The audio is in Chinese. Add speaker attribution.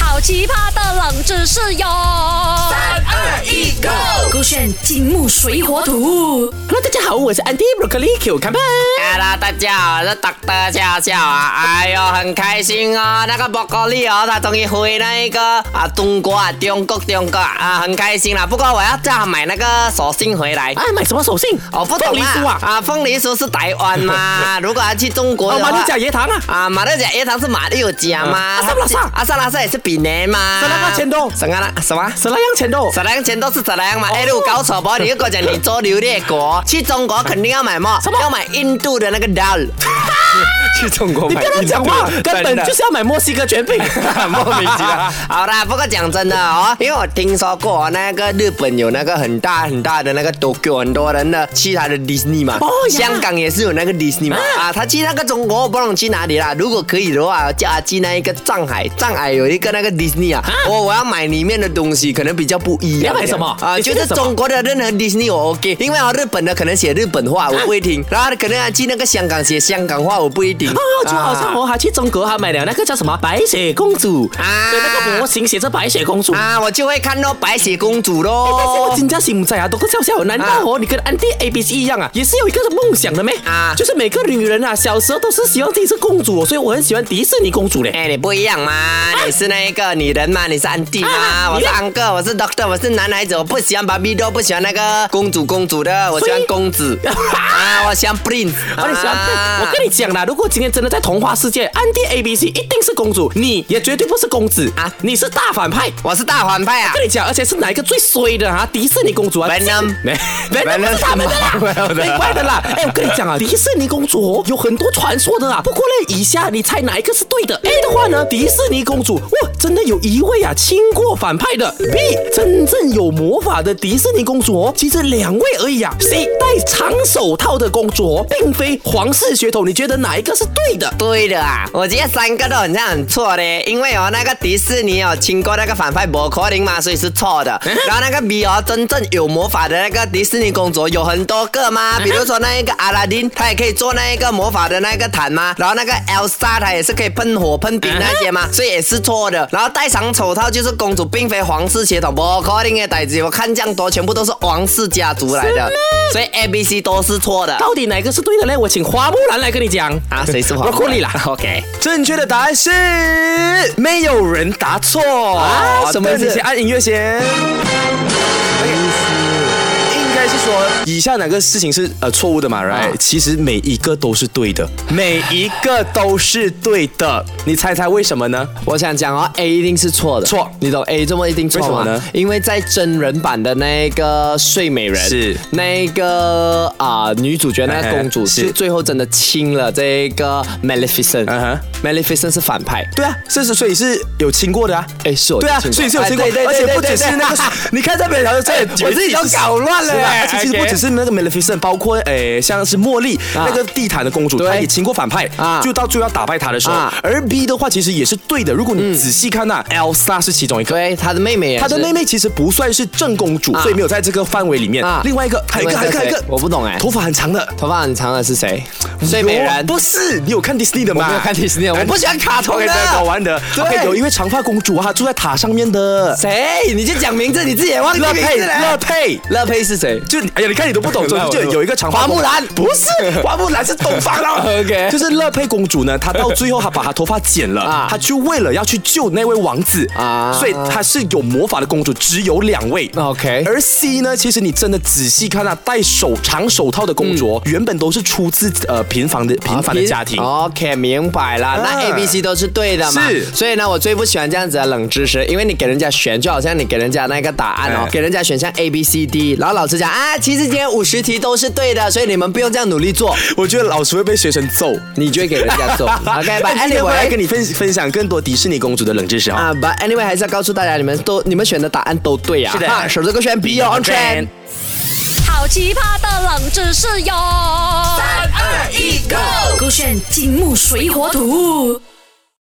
Speaker 1: 好奇葩的冷知识哟！三
Speaker 2: 二一，Go！
Speaker 1: 勾选金木水火土。
Speaker 3: Hello，大家好，我是 Andy Broccoli Q 看吧。
Speaker 2: Hello，大哦家好，我是 Doctor 笑笑啊！哎呦，很开心哦，那个 Broccoli 哦，他终于回那一个啊，中国啊，中国，中国啊，啊很开心啦。不过我要叫他买那个手信回来。
Speaker 3: 啊，买什么手信？
Speaker 2: 我不懂
Speaker 3: 凤梨酥啊
Speaker 2: 啊，凤梨酥是台湾嘛？如果要去中国
Speaker 3: 哦，
Speaker 2: 的
Speaker 3: 马
Speaker 2: 话，
Speaker 3: 六甲椰糖啊。
Speaker 2: 啊，马六甲椰糖是马六甲嘛？
Speaker 3: 嗯阿萨拉萨
Speaker 2: 阿萨拉萨也是比南嘛？
Speaker 3: 沙拉个钱多
Speaker 2: 什么啦？什么？
Speaker 3: 什么样钱都？
Speaker 2: 怎样钱都是怎样嘛？哎、如果搞错不？你如果讲你做流列国，去中国肯定要买嘛，
Speaker 3: 什么
Speaker 2: 要买印度的那个 dal。去中国
Speaker 3: 你不要乱
Speaker 4: 그
Speaker 3: 讲话，根本就是要买墨西哥卷饼。
Speaker 2: 莫名其妙。 好啦，不过讲真的哦，因为我听说过哦那个日本有那个很大很大的那个 Tokyo，很多人的去他的 Disney 嘛，
Speaker 3: 哦呀
Speaker 2: 香港也是有那个 Disney 嘛，啊，他去那个中国，我不懂去哪里啦。如果可以的话，叫他去那一个上海，上海有一个那个 Disney 啊，我我要买里面的东西，可能比较不一样。
Speaker 3: 你要买什么
Speaker 2: 啊，
Speaker 3: 你
Speaker 2: 就
Speaker 3: 觉
Speaker 2: 是
Speaker 3: 得什么
Speaker 2: 中国的任何 Disney 我 OK，因为啊日本的可能写日本话我不会听，然后可能他去那个香港写香港话我不会啊听。
Speaker 3: 啊哦，就好像我还去中国还买了那个叫什么白雪公主，
Speaker 2: 啊
Speaker 3: 对，那个模型写着白雪公主。
Speaker 2: 啊，我就会看到白雪公主
Speaker 3: 但是我
Speaker 2: 咯。
Speaker 3: 真正是唔知啊，多个笑笑，难道哦，你跟 Andy A B C 一样啊，也是有一个梦想的咩？
Speaker 2: 啊
Speaker 3: 就是每个女人啊，小时候都是希望自己是公主哦，所以我很喜欢迪士尼公主嘞。
Speaker 2: 哎、你不一样嘛，你是那一个女人嘛，你是安迪嘛，
Speaker 3: 啊
Speaker 2: 我是
Speaker 3: 你
Speaker 2: 安哥，我是 doctor，我是男孩子，我不喜欢芭比多，不喜欢那个公主公主的，我喜欢
Speaker 3: 所以
Speaker 2: 公 子啊，我喜欢 prince，
Speaker 3: 啊，你喜欢
Speaker 2: 啊
Speaker 3: 我跟你讲啦，如果今天真的在童话世界，安迪 A B C 一定是公主，你也绝对不是公子
Speaker 2: 啊
Speaker 3: 啊，你是大反派。
Speaker 2: 我是大反派啊。
Speaker 3: 跟你讲，而且是哪一个最衰的啊？迪士尼公主啊
Speaker 2: Venom
Speaker 3: 没没
Speaker 2: Venom
Speaker 3: 那是他们的啦
Speaker 2: 是吗，
Speaker 3: 另外的啦。哎，我跟你讲啊，迪士尼公主哦有很多传说的啊。不过呢，以下你猜哪一个是对的？A 的话呢，迪士尼公主哇，真的有一位啊亲过反派的。B 真正有魔法的迪士尼公主哦，其实两位而已啊。C 戴长手套的公主哦，并非皇室血统。你觉得哪一个是对的？
Speaker 2: 对的啊，我觉得三个都很像很错的，因为哦那个迪士尼哦亲过那个反派博克林嘛，所以是错的。然后那个 B 哦真正有魔法的那个迪士尼公主有很多个嘛，比如说那一个阿拉丁，她也可以做那一个魔法的那个毯嘛，然后那个 Elsa 她也是可以喷火喷饼那些嘛，所以也是错的。然后戴上手套就是公主，并非皇室血统，博克林的代志，我看这样多全部都是王室家族来的，所以 A、B、C 都是错的。
Speaker 3: 到底哪一个是对的呢？我请花木兰来跟你讲。
Speaker 2: 啊，谁是皇？
Speaker 3: 伯克利 啦
Speaker 2: OK。
Speaker 4: 正确的答案是没有人答错
Speaker 3: 啊什么意思
Speaker 4: 你先按音乐先。应该是说，以下哪个事情是呃错误的
Speaker 3: 啊
Speaker 4: 嘛？Right？、其实每一个都是对的，每一个都是对的。你猜猜为什么呢？
Speaker 2: 我想讲哦，A 一定是错的，
Speaker 4: 错
Speaker 2: 你懂 A 这么一定错吗？
Speaker 4: 为什么呢
Speaker 2: 因为在真人版的那个睡美人，
Speaker 4: 是
Speaker 2: 那个啊、女主角那
Speaker 4: 哎
Speaker 2: 个
Speaker 4: 哎
Speaker 2: 公主
Speaker 4: 是
Speaker 2: 是最后真的亲了这个 Maleficent，Maleficent、
Speaker 4: 嗯哼
Speaker 2: Maleficent 是反派，
Speaker 4: 对啊，是是，所以是有亲过的啊。
Speaker 2: 哎是有
Speaker 4: 对啊，
Speaker 2: 亲过
Speaker 4: 所以是有亲过，
Speaker 2: 哎对对
Speaker 4: 而且
Speaker 2: 对
Speaker 4: 不只是那个
Speaker 2: 对 对，
Speaker 4: 你看这边条就这，
Speaker 2: 哎我自己都搞乱了
Speaker 4: 是吧
Speaker 2: 哎
Speaker 4: 而且其实不
Speaker 2: OK
Speaker 4: 只是那个 Maleficent，包括诶像是茉莉
Speaker 2: 啊
Speaker 4: 那个地毯的公主，
Speaker 2: 对
Speaker 4: 她也亲过反派
Speaker 2: 啊，
Speaker 4: 就到最后要打败她的时候
Speaker 2: 啊。嗯
Speaker 4: 而 B 的话其实也是对的，如果你仔细看呐，Elsa 是其中一个。
Speaker 2: 对，她的妹妹也是，
Speaker 4: 她的妹妹其实不算是正公主，
Speaker 2: 啊
Speaker 4: 所以没有在这个范围里面
Speaker 2: 啊。
Speaker 4: 另外一个，还有一个，还有一个，还有一
Speaker 2: 另外一个谁
Speaker 4: 个，
Speaker 2: 我不懂哎
Speaker 4: 头发很长的
Speaker 2: 头发很长的是 谁？睡美
Speaker 4: 有啊
Speaker 2: 人，
Speaker 4: 不是？你有看 Disney 的吗？
Speaker 2: 我没有看 Disney，我不喜欢卡通的
Speaker 4: OK，不要搞完的。
Speaker 2: 对
Speaker 4: OK，有一位长发公主啊，她住在塔上面的。
Speaker 2: 谁？你就讲名字，你自己也忘记
Speaker 4: 乐
Speaker 2: 名
Speaker 4: 佩，
Speaker 2: 字了。
Speaker 4: 乐佩。
Speaker 2: 乐佩是谁？
Speaker 4: 就哎呀，你看你都 不懂，总之就有一个长发
Speaker 2: 花木兰
Speaker 4: 不是 花木兰是东方啦。
Speaker 2: OK
Speaker 4: 就是乐佩公主呢，她到最后她把她头发剪
Speaker 2: 啊
Speaker 4: 了，她就为了要去救那位王子
Speaker 2: 啊
Speaker 4: 啊，所以她是有魔法的公主，只有两位。
Speaker 2: OK
Speaker 4: 而 C 呢，其实你真的仔细看她啊戴手长手套的公主
Speaker 2: 嗯
Speaker 4: 哦，原本都是出自呃平凡的
Speaker 2: 啊
Speaker 4: 平凡的家庭。啊
Speaker 2: OK，明白了。那 A、B、C 都是对的嘛？
Speaker 4: 是
Speaker 2: 所以呢，我最不喜欢这样子的冷知识，因为你给人家选，就好像你给人家那个答案哦，
Speaker 4: 哎
Speaker 2: 给人家选项 A、B、C、D，然后老师讲啊，其实今天五十题都是对的，所以你们不用这样努力做，
Speaker 4: 我觉得老师会被学生揍。
Speaker 2: 你就会给人 家做。OK，吧
Speaker 4: 那今天我来跟
Speaker 2: ？Anyway。
Speaker 4: 你分分享更多迪士尼公主的冷知识哈。
Speaker 2: 啊，But anyway，还是要告诉大家，你们都你们选的答案都对啊。
Speaker 4: 是的
Speaker 2: 哈手这个选 B 哦 on trend。
Speaker 1: 好奇葩的冷知识哟！三二一，Go！勾选金木水火土。